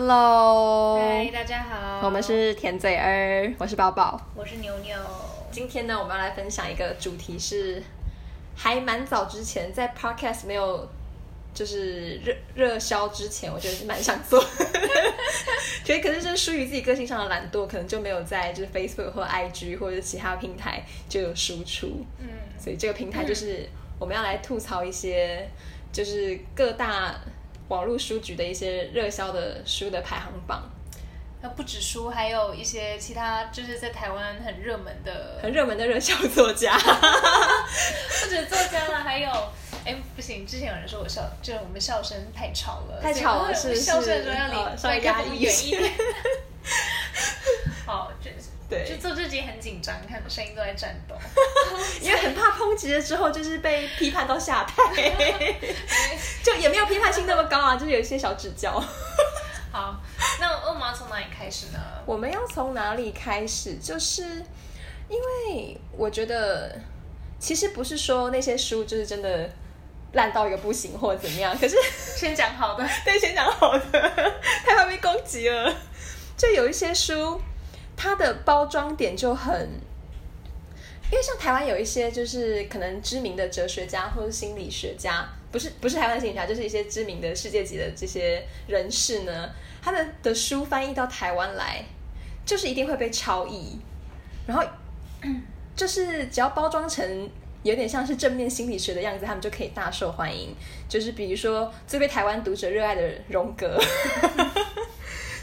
Hello，嗨，大家哦好，我们是甜嘴儿，我是宝宝。我是牛牛，今天呢，我们要来分享一个主题是，还蛮早之前在 Podcast 没有就是热热销之前，我觉得是蛮想做， 觉得可是是疏于自己个性上的懒惰，可能就没有在就是 Facebook 或 IG 或者其他平台就有输出。嗯，所以这个平台就是我们要来吐槽一些，就是各大网络书局的一些热销的书的排行榜，那不止书，还有一些其他，就是在台湾很热门的， 很热门的热销作家。不止作家啦，还有，哎，不行，之前有人说我笑，就是我们笑声太吵了， 太吵了所以是我们笑声是的时候要呃离稍微麦克压风抑远一点。好，就是 对就做这集很紧张，看声音都在颤 抖，因为很怕抨击了之后就是被批判到下 台， 就也没有批判性那么高啊，就是有一些小指教。好，那我们要从哪里开始呢？我们要从哪里开始？就是因为我觉得，其实不是说那些书就是真的烂到一个不行或者怎么样，可是。先讲好的， 对，先讲好的，太怕被攻击了。就有一些书，它的包装点就很，因为像台湾有一些就是可能知名的哲学家或者心理学家，不是不是台湾的心理学家，就是一些知名的世界级的这些人士呢，他的的书翻译到台湾来，就是一定会被超译，然后 就是只要包装成有点像是正面心理学的样子，他们就可以大受欢迎。就是比如说最被台湾读者热爱的荣格，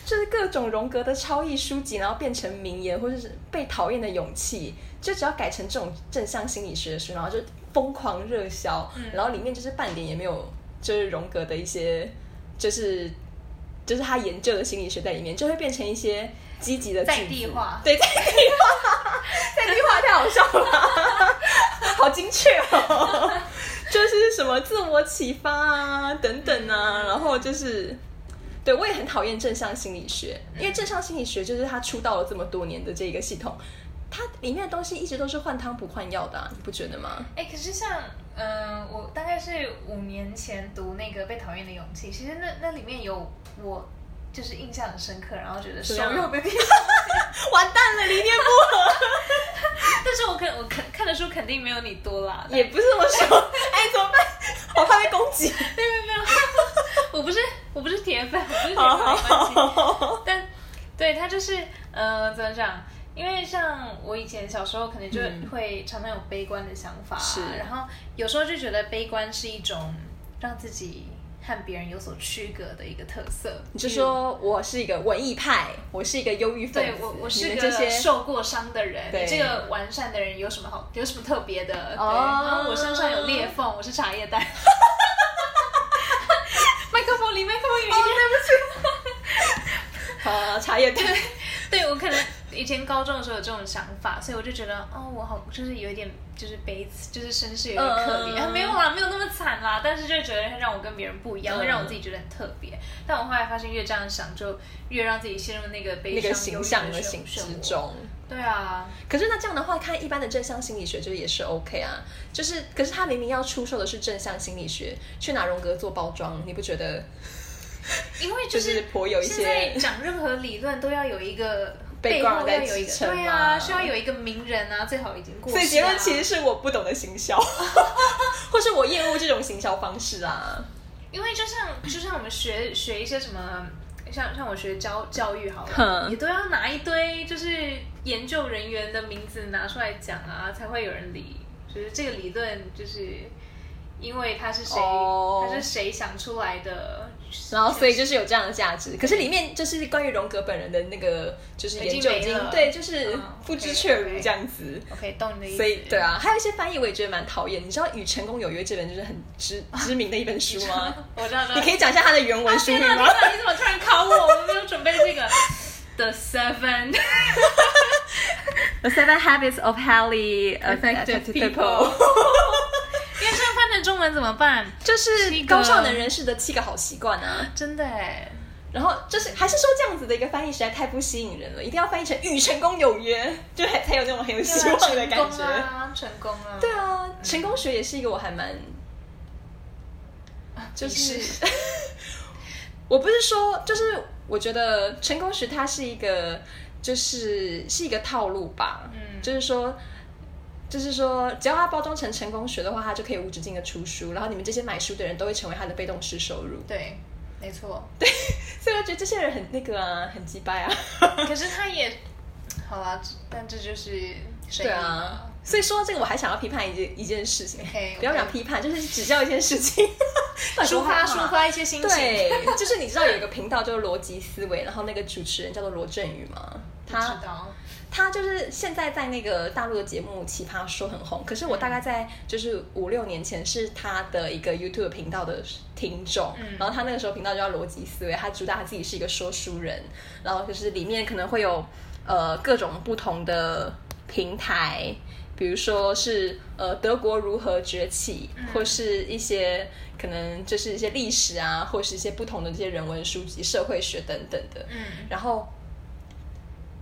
就是各种荣格的超译书籍，然后变成名言，或者是被讨厌的勇气，就只要改成这种正向心理学的书，然后就疯狂热销，嗯然后里面就是半点也没有就是荣格的一些就是。就是他研究的心理学在里面，就会变成一些积极的在句地子化对，在地化，在地化太好笑了，好精确哦。就是什么自我启发啊，等等啊，然后就是，对我也很讨厌正向心理学，因为正向心理学就是它出道了这么多年的这个系统，它里面的东西一直都是换汤不换药的啊、你不觉得吗？哎、可是像，嗯、我大概是五年前读那个《被讨厌的勇气》，其实那那里面有我就是印象很深刻，然后觉得受怎样用的地方。完蛋了，理念不但是我肯我看看的书肯定没有你多啦， 也不是这么说，哎，怎么办？好怕被攻 击。没有没有没有，我不是我不是铁粉，我不是铁粉，好没关好系。好，但对他就是呃，怎么讲？因为像我以前小时候，可能就嗯会常常有悲观的想法，啊是然后有时候就觉得悲观是一种让自己和别人有所区隔的一个特色。你就说我是一个文艺派，嗯我是一个忧郁分对子，我，我你是们这个些受过伤的人，对你这个完善的人有什么好，有什么特别的？对，哦然后我身上有裂缝，我是茶叶蛋。 麦克风离麦克风远一点。哦 呃茶叶蛋，对我可能以前高中的时候有这种想法，所以我就觉得，哦，我好就是有一点就是悲，就是身世有点可怜、嗯啊没有啦，没有那么惨啦，但是就觉得让我跟别人不一样，嗯会让我自己觉得很特别。但我后来发现，越这样想，就越让自己陷入那个悲 那伤、个形象忧郁的漩形漩之涡。中。对啊，可是那这样的话，看一般的正向心理学就是也是 OK 啊，就是可是他明明要出售的是正向心理学，却拿荣格做包装，你不觉得因为就就是是颇有一现在些讲任何理论都要有一个被背挂后在要有一个支撑对啊，嘛需要有一个名人啊，最好已经过世、所啊。以结论其实是我不懂得行 销，或是我厌恶这种行销方式啊。因为就像就像我们学学一些什么，像像我学教教育好了，哼也都要拿一堆就是研究人员的名字拿出来讲啊，才会有人理。就是这个理论，就是因为他是谁，哦他是谁想出来的，然后所以就是有这样的价值，可是里面就是关于荣格本人的那个就是研究已经没已经了对，就是嗯不知 OK，确如 OK 这样子。 OK 懂你的意思。所以对 啊，还有一些翻译我也觉得蛮讨厌。你知道《与成功有约》这本就是很知知名的一本书 吗？我知道，我知道你可以讲一下它的原文书天名哪！天吗？ 哪！你怎么突然考我？我没有准备这个。The Seven， The Seven Habits of Highly Effective People 因为这样翻成中文怎么办？就是高效能人士的七个好习惯啊。真的哎，然后就是还是说这样子的一个翻译实在太不吸引人了，一定要翻译成“与成功有约”，就还才有那种很有希望的感成觉。功啊，成功啊！对啊，成功啊学也是一个我还蛮，就是鄙视 我不是说，就是我觉得成功学它是一个，就是是一个套路吧，嗯就是说。就是说，只要它包装成成功学的话，它就可以无止境的出书，然后你们这些买书的人都会成为它的被动式收入。对，没错。所以我觉得这些人很那个啊，很鸡掰啊。可是他也，好啦，这但这就是生意对啊，所以说到这个，我还想要批判一件一件事情 OK，不要我讲批判，就是指教一件事 情， 抒发抒。发一些心情。对， 就是你知道有一个频道叫做逻辑思维，然后那个主持人叫做罗振宇嘛，不知他道。他就是现在在那个大陆的节目《奇葩说》很红，可是我大概在就是五六年前是他的一个 YouTube 频道的听众，嗯然后他那个时候频道叫逻辑思维，他主打他自己是一个说书人，然后就是里面可能会有呃各种不同的平台。比如说是呃德国如何崛起，嗯或是一些可能就是一些历史啊，或是一些不同的这些人文书籍、社会学等等的。嗯然后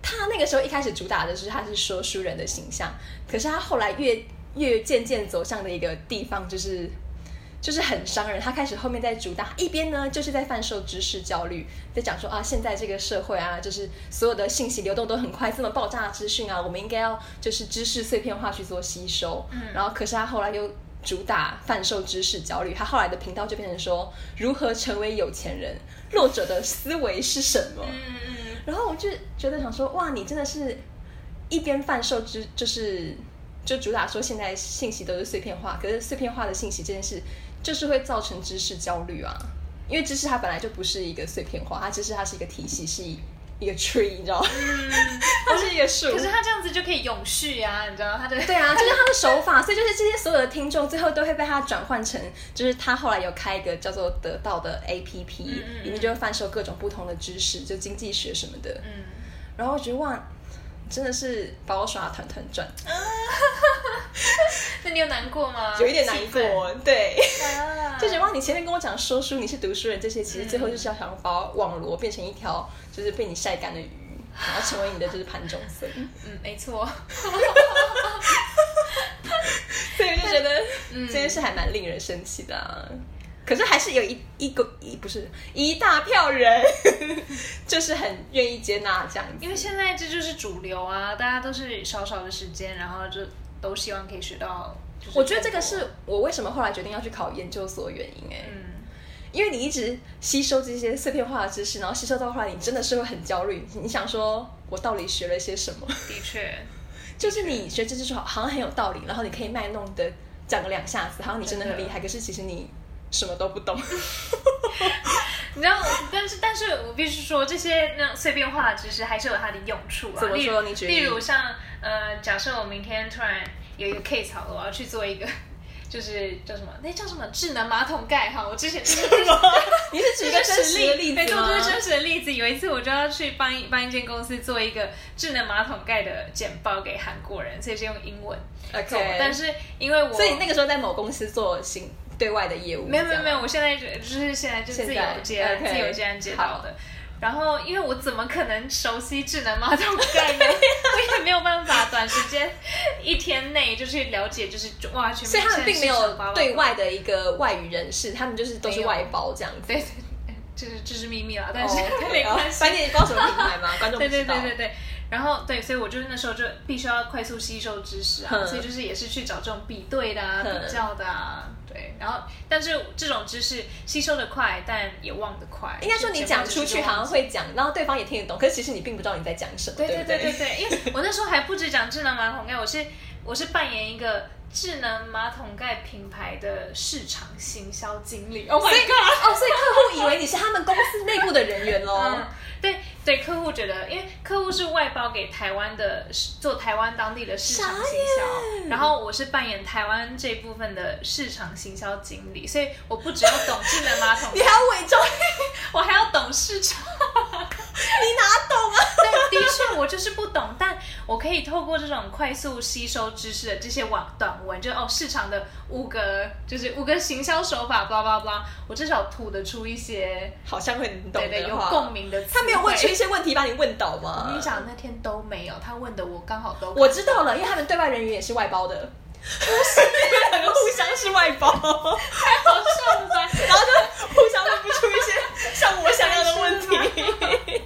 他那个时候一开始主打的是他是说书人的形象，可是他后来越越渐渐走向的一个地方就是。就是很伤人，他开始后面在主打，一边呢就是在贩售知识焦虑，在讲说啊，现在这个社会啊，就是所有的信息流动都很快，这么爆炸的资讯啊，我们应该要就是知识碎片化去做吸收。嗯然后可是他后来又主打贩售知识焦虑，他后来的频道就变成说如何成为有钱人，弱者的思维是什么？嗯嗯，然后我就觉得想说，哇，你真的是一边贩售之，就是就主打说现在信息都是碎片化，可是碎片化的信息这件事，就是会造成知识焦虑啊。因为知识它本来就不是一个碎片化，它知识它是一个体系，是一一个 tree，你知道 吗？它是一个树。可是他这样子就可以永续啊，你知道他的对啊，就是他的手法，所以就是这些所有的听众最后都会被他转换成，就是他后来有开一个叫做得到的 APP，嗯嗯里面就会贩售各种不同的知识，就经济学什么的。 嗯，然后我觉得哇，真的是把我耍得团团转，那你有难过吗？有一点难气愤过。 对，啊就觉得哇，你前面跟我讲说书，你是读书人这些，其实嗯最后就是要想把网罗变成一条就是被你晒干的鱼，然后成为你的就是盘中 餐。嗯，没错，所以我就觉得嗯这件事还蛮令人生气的、啊。可是还是有一一个一不是一大票人， 就是很愿意接纳这样子。因为现在这就是主流啊，大家都是少少的时间，然后就都希望可以学到。就是我觉得这个更多是我为什么后来决定要去考研究所的原因哎、嗯，因为你一直吸收这些碎片化的知识，然后吸收到后来，你真的是会很焦虑。你想说，我到底学了些什么？ 的确，就是你学这就是好像很有道理，然后你可以卖弄的讲个两下子，好像你真的很厉害，可是其实你什么都不 懂。你知道，但是但是我必须说，这些那种碎片化的知识还是有它的用处啊。怎么例如说你举例例如像呃，假设我明天突然有一个 case 好了，我要去做一个， 就是叫什么？那叫什么智能马桶盖哈？我 之前是 吗？你是举一个真实的例没子错，这吗是？真实的例子。有一次，我就要去帮一帮一间公司做一个智能马桶盖的简报给韩国人，所以是用英文做。 OK，但是因为我所以那个时候在某公司做行对外的业务，没有没有这没有，样吗我现在就就是现在就自现由在接 OK，自由接案接到的。然后，因为我怎么可能熟悉智能马桶盖呢？我也没有办法短时间一天内就去了解，就是哇，全所以他们并没有对外。外的一个外语人士，他们就是都是外包这样子。对对，对这是这是秘密啦，但是、哦，OK，没关系，反正你不知道什么品牌嘛，观众不对对知道对。对对。然后对，所以我就是那时候就必须要快速吸收知识啊，嗯所以就是也是去找这种比对的啊、嗯比较的啊，对。然后，但是这种知识吸收的快，但也忘得快。应该说你讲出去好像就会讲，然后对方也听得懂，可是其实你并不知道你在讲什么，对对不对对对，因为我那时候还不止讲智能马桶盖，我是我是扮演一个智能马桶盖品牌的市场行销经理。Oh my 所以 god！哦，所以客户以为你是他们公司内部的人员 喽嗯。，对对，客户觉得，因为客户是外包给台湾的，是做台湾当地的市场傻行销，然后我是扮演台湾这部分的市场行销经理，所以我不只要懂智能马桶你，还要伪装， 我还要懂市场。你哪懂啊？对，的确我就是不懂，但我可以透过这种快速吸收知识的这些网短文，就哦市场的五个就是五个行销手法，blah blah blah，我至少吐得出一些好像会你懂对对的有话共鸣的词汇。他没有问出一些问题把你问倒我跟吗你？讲，那天都没有，他问的 我刚好都我知道了，因为他们对外人员也是外包的，不是你们 两个互相是外包，好上班，然后就互相问不出一些上我想要的 问题。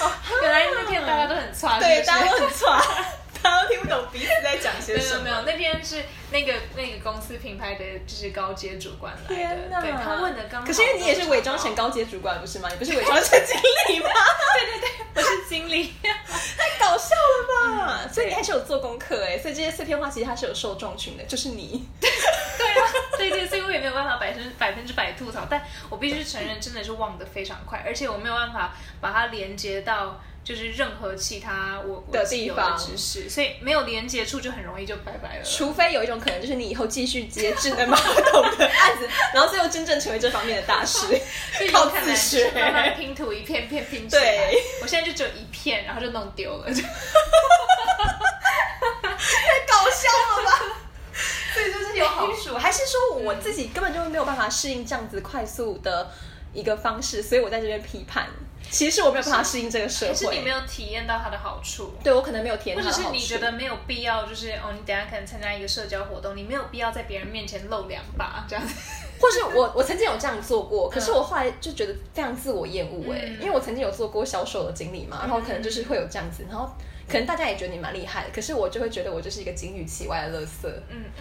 哦，原来那天大家都很差，对，是不大是家都很差， 大家都听不懂彼此在讲些没什有么。没有，那天是那个那个公司品牌的就是高阶主管来天的，哪！对他问的刚好可是因为你也是伪装成高，高阶主管不是吗？你不是伪装成经理吗？我是经理，太 搞笑了吧！所以你还是有做功课哎，所以这些碎片化其实它是有受众群的，就是你。对啊，对对，所以我也没有办法百分百分之百吐槽，但我必须承认，真的是忘得非常快，而且我没有办法把它连接到就是任何其他我我的既地有方知识，所以没有连接处就很容易就拜拜了。除非有一种可能，就是你以后继续接智 能马桶的案子，然后最后真正成为这方面的大 师，所以有靠可自能学是。慢慢拼图一片片拼起来对，我现在就只有一片，然后就弄丢了。搞笑了吧？所以就是有好处，还是说我自己根本就没有办法适应这样子快速的一个方式，所以我在这边批判。其实我没有办法适应这个社还是你没会，有体验到它的好处，对我可能没有体验或到者好处。是你觉得没有必要，就是哦，你等一下可能参加一个社交活动，你没有必要在别人面前露两把这样子。或是我我曾经有这样做过，可是我后来就觉得非常自我厌恶哎、嗯因为我曾经有做过销售的经理嘛，然后可能就是会有这样子，然后可能大家也觉得你蛮厉害的，可是我就会觉得我就是一个金鱼其外的垃 圾，嗯啊，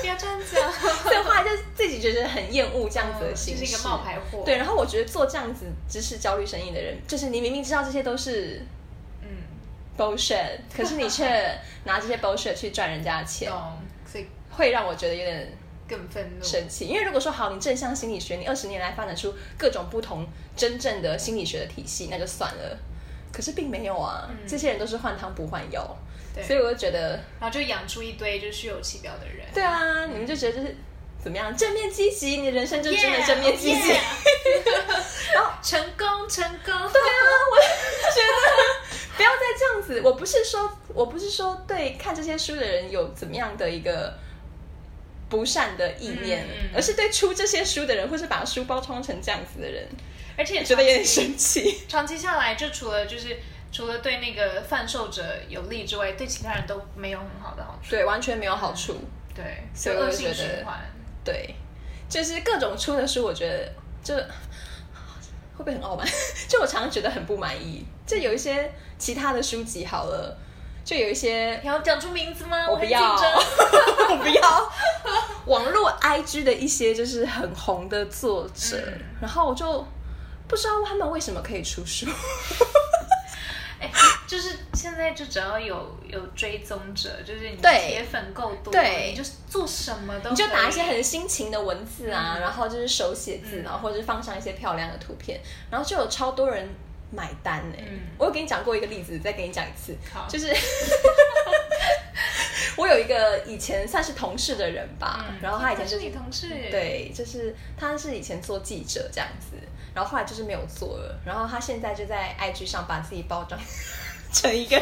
不要这样子啊，所以后来就自己觉得很厌恶这样子的哦就形式，是一个冒牌货。对，，然后我觉得做这样子知识焦虑生意的人，就是你明明知道这些都是嗯， bullshit，可是你 却拿这些 bullshit 去赚人家的钱，懂，所以会让我觉得有点更愤怒。生气。因为如果说好，你正向心理学，你二十年来发展出各种不同真正的心理学的体系，那就算了。可是并没有啊，嗯这些人都是换汤不换药，对所以我就觉得，然后就养出一堆就是虚有其表的人。对啊，你们就觉得就是怎么样，正面积极，你的人生就 Yeah，真的正面积极。 yeah 然后成功，成功。对啊，我觉得不要再这样子。我不是说，我不是说对看这些书的人有怎么样的一个不善的意念，嗯嗯而是对出这些书的人，或是把书包装成这样子的人，而且觉得有点长期生气。长期下来，就除了就是除了对那个贩售者有利之外，对其他人都没有很好的好 处。对，完全没有好处。对，所以就我恶就性觉得循环。对，就是各种出的书，我觉得就会不会很傲慢？ 就我常常觉得很不满意。就有一些其他的书籍好了，就有一些你要讲出名字吗？我我不很要，竞争我 不要。网络 IG 的一些就是很红的作者，嗯然后我就不知道他们为什么可以出书。哎， 就是现在就只要有有追踪者，就是你对铁粉够多，对你就做什么都你就可打一以些很新情的文字啊，嗯然后就是手写字，嗯然后或者是放上一些漂亮的图片，然后就有超多人买单呢、嗯我有跟你讲过一个例子，再给你讲一次，好就是 我有一个以前算是同事的人吧，嗯然后他以前就这是你同事，，对，就是他是以前做记者这样子，然后后来就是没有做了，然后他现在就在 IG 上把自己包装 成一个，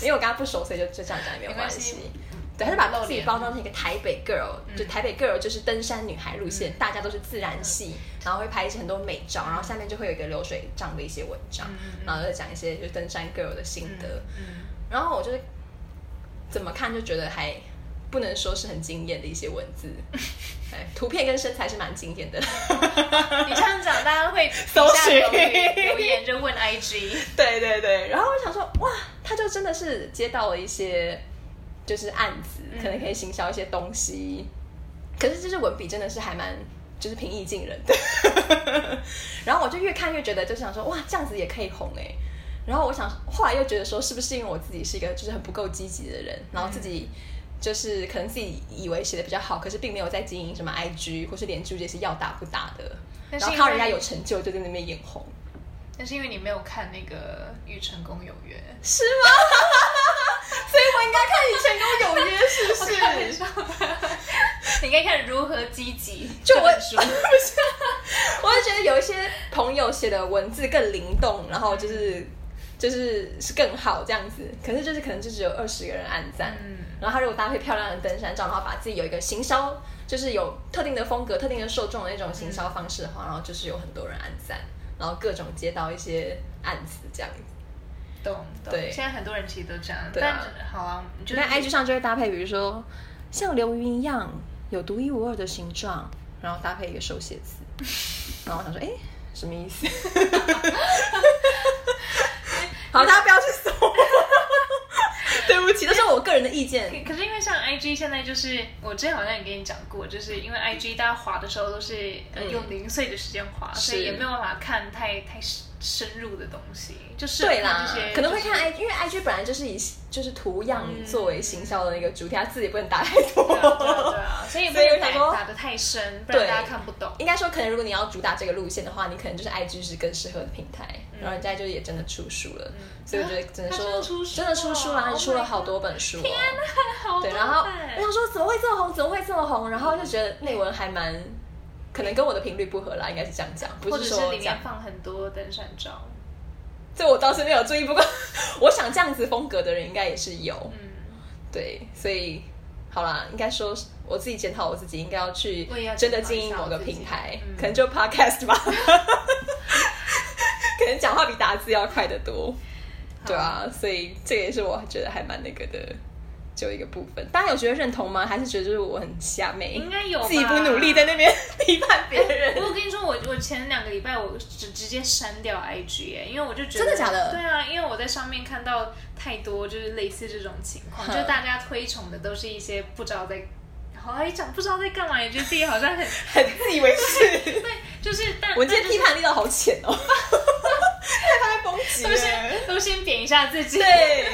因为我跟他不熟，所以就就这样讲也没有没关关系系。对，他就把露自己脸包装成一个台北 girl，、嗯就台北 girl 就是登山女孩路线，大家都是自然系，嗯然后会拍一些很多美照，然后下面就会有一个流水账的一些文章，嗯嗯嗯然后就讲一些就是登山 girl 的心嗯得，嗯然后我就是怎么看就觉得还不能说是很惊艳的一些文 字，哎，图片跟身材是蛮惊艳的。你这样讲，大家会搜底下留寻言留言就 问 IG，对对对，然后我想说，哇，他就真的是接到了一些就是案子，嗯可能可以行销一些东西，可是就是文笔真的是还蛮就是平易近人 的。然后我就越看越觉得，就想说，哇，这样子也可以红哎、然后我想，后来又觉得说，是不是因为我自己是一个就是很不够积极的嗯人，然后自己就是可能自己以为写的比较好，可是并没有在经营什么 IG 或是连珠这些要打不打的，那然是后因看为到人家有成就就在那边眼红。那是因为你没有看那个《与成功有约》。 是吗？所以我应该看《与成功有约》是不我看很是？少你应该看如何积极就我这本书 我就觉得有一些朋友写的文字更灵动，然后就是就是是更好这样子，可是就是可能就只有二十个人按赞。嗯，然后他如果搭配漂亮的登山照，然后把自己有一个行销，就是有特定的风格、特定的受众的那种行销方式的话，然后就是有很多人按赞，然后各种接到一些案子这样子。懂懂。对现在很多人其实都这样，对啊但好啊，就就是在 IG 上就会搭配，比如说像流云一样有独一无二的形状，然后搭配一个手写字，然后我想说，哎，什么意思？ 好，大家不要去搜。 对不起，这是我个人的意见。可是因为像 IG 现在就是，我之前好像也跟你讲过，就是因为 IG 大家滑的时候都是、呃嗯用零碎的时间滑，是所以也没有办法看太太深入的东西，就是对啦这些，可能会看就是 I，因为 IG 本来就是以就是图样嗯作为行销的那个主题，它字也不能打太多。对啊对啊对啊，所以也不所以我想能打说打的太深，不然对大家看不懂。应该说，可能如果你要主打这个路线的话，你可能就是 IG 是更适合的平台，然后人家就也真的出书了，所以我觉得只能嗯啊他真说的出书真的出书啦，哦出了 Oh my 好多本书、哦。好哎对，多然后版我想说怎么会这么红，怎么会这么红？然后就觉得内文还蛮，可能跟我的频率不合啦，应该是这样讲，不或者说是里这样面。放很多登山照，这我倒是没有注意，不过 我想这样子风格的人应该也是有，嗯，对，所以好啦，应该说是我自己检讨我自己，应该要去我也要真的检讨经一下营某个我自己平台，嗯可能就 podcast 吧， 可能讲话比打字要快得多，对啊，所以这个也是我觉得还蛮那个的。就一个部分，大家有觉得认同吗？还是觉得就是我很瞎妹？应该有吧自己不努力在那 边批判别人。我哎跟你说，我我前两个礼拜我直直接删掉 IG 哎、因为我就觉得真的假的对啊，因为我在上面看到太多就是类似这种情况，哼就大家推崇的都是一些不知道在，好像一讲不知道在干嘛，也觉得自己好像很 很自以为是。对，就是但我今天但就是批判力道好浅 哦， 害怕被攻击都耶。先都先贬一下自己，对，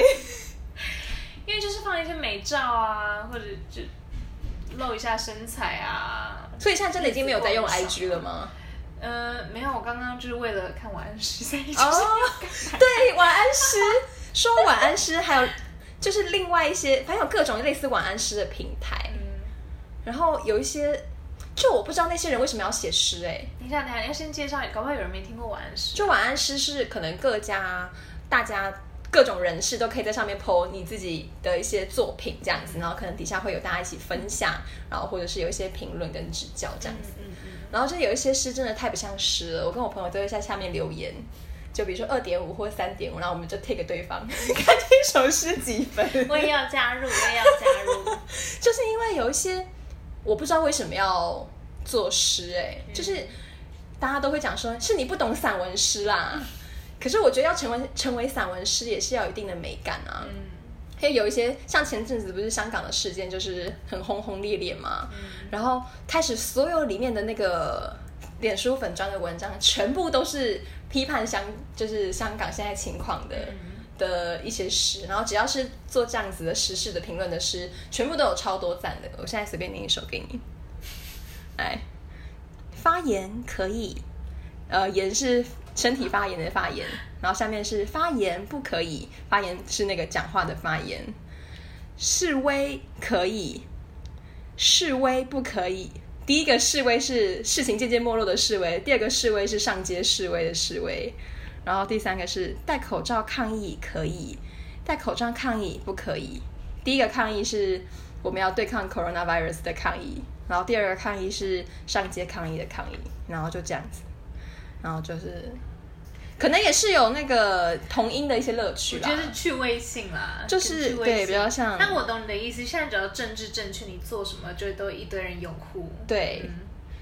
因为就是放一些美照啊，或者就露一下身材啊。所以现在真的已经没有在用 IG 了吗？呃，没有，我刚刚就是为了看晚安时在一起。哦，对，晚安诗，说晚安诗，还有就是另外一些，反正有各种类似晚安诗的平台，嗯，然后有一些，就我不知道那些人为什么要写诗、哎，等一下，等一下，要先介绍，搞不好有人没听过晚安时。就晚安诗是可能各家大家各种人士都可以在上面 PO 你自己的一些作品这样子，然后可能底下会有大家一起分享，然后或者是有一些评论跟指教这样子。嗯嗯然后就有一些诗真的太不像诗了，我跟我朋友都会在下面留言，就比如说二点五或三点五，然后我们就 take 对方， 看这首诗几分。 嗯，我也要加入，我也要加入。就是因为有一些我不知道为什么要作诗、哎、嗯就是大家都会讲说是你不懂散文诗啦。可是我觉得要成为成为散文诗也是要有一定的美感啊，嗯因为有一些像前阵子不是香港的事件就是很轰轰烈烈嘛，嗯，然后开始所有里面的那个脸书粉砖的文章，全部都是批判香，就是香港现在情况的。嗯的一些诗，然后只要是做这样子的时事的评论的诗，全部都有超多赞的。我现在随便念一首给你，来，发言可以，呃，言是身体发言的发言，然后下面是发言不可以，发言是那个讲话的发言，示威可以，示威不可以。第一个示威是事情渐渐没落的示威，第二个示威是上街示威的示威，然后第三个是戴口罩抗议可以，戴口罩抗议不可以。第一个抗议是我们要对抗 coronavirus 的抗议，然后第二个抗议是上街抗议的抗议，然后就这样子，然后就是可能也是有那个同音的一些乐趣我啦觉，得是趣味性啦，就是趣味对性比较像，但我懂你的意思，现在只要政治正确，你做什么就都一堆人拥护。对。嗯，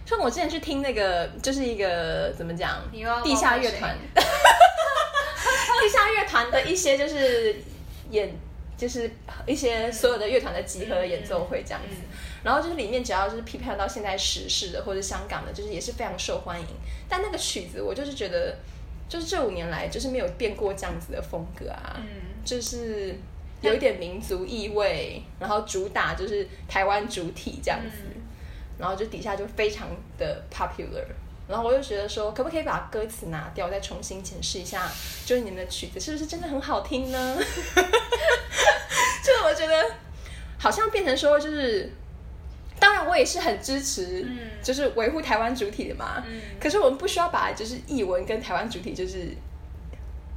像我之前去听那个，就是一个怎么讲你又要，地下乐团，地下乐团的一些就是演，就是一些所有的乐团的集合演奏会这样子。然后就是里面只要就是批判到现在时事的或者香港的，就是也是非常受欢迎。但那个曲子，我就是觉得，就是这五年来就是没有变过这样子的风格啊。嗯，就是有一点民族意味，然后主打就是台湾主体这样子，然后就底下就非常的 popular。然后我就觉得说，可不可以把歌词拿掉，再重新检视一下，就是你们的曲子是不是真的很好听呢？ 就是我觉得好像变成说，就是当然我也是很支持，嗯就是维护台湾主体的嘛。嗯可是我们不需要把就是译文跟台湾主体就是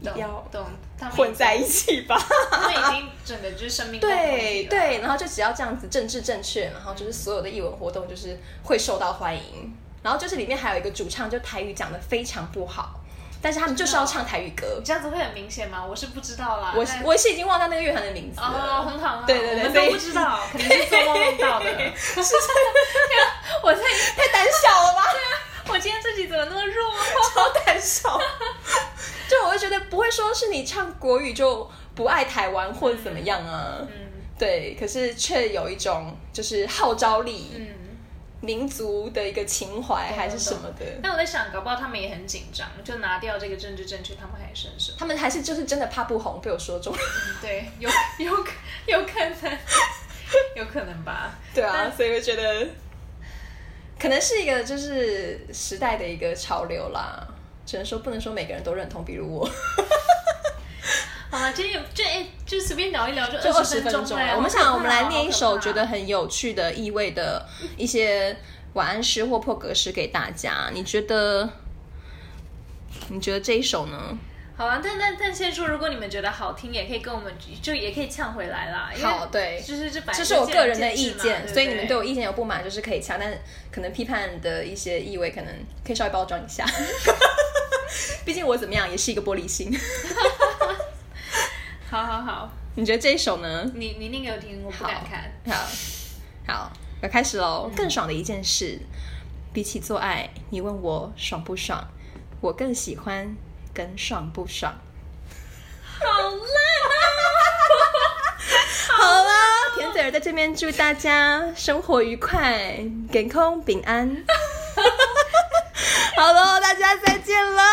一定要懂嗯懂，他们已经混 在一起吧。他们已经整个就是生命共同对体了对，然后就只要这样子政治正确，然后就是所有的艺文活动就是会受到欢迎。然后就是里面还有一个主唱，就台语讲的非常不好，但是他们就是要唱台语歌你。这样子会很明显吗？我是不知道啦。我但我是已经忘掉那个乐团的名字哦，了。很好，很好对对对我们所以都不知道， 可能是做梦梦到的。是我太太胆小了吧？ 我今天自己怎么那么弱？超胆小。就我会觉得不会说是你唱国语就不爱台湾或者怎么样啊，嗯对，可是却有一种就是号召力、嗯。民族的一个情怀还是什么的。但我在想，搞不好他们也很紧张，就拿掉这个政治正确，他们还伸手。他们还是就是真的怕不红，被我说中。嗯对，有 有可有可能， 有可能吧。对啊，所以我觉得可能是一个就是时代的一个潮流啦，只能说不能说每个人都认同，比如我，好了，今天也就哎、就随便聊一聊，就就二二十分分钟啊哎了。我们想，我们来念一首觉得。好可怕很有趣的意味的一些晚安诗或破格诗给大家。你觉得？你觉得这一首呢？好啊，但但但先说，如果你们觉得好听，也可以跟我们就也可以呛回来啦。因为好对就是这本来这就是我见个人仁的哎见意智嘛见，所以你们对对我意见有不满就是可以强，但可能批判的一些意味可能可以稍微包装一下。 毕竟我怎么样也是一个玻璃心。不好好好，你觉得这一首呢？你你那个有听，我不敢看。好，好，要开始喽。更爽的一件事，比起做爱，你问我爽不爽，我更喜欢跟爽不爽。好烂，好啦，甜嘴儿在这边祝大家生活愉快，健康平安。好喽，大家再见喽。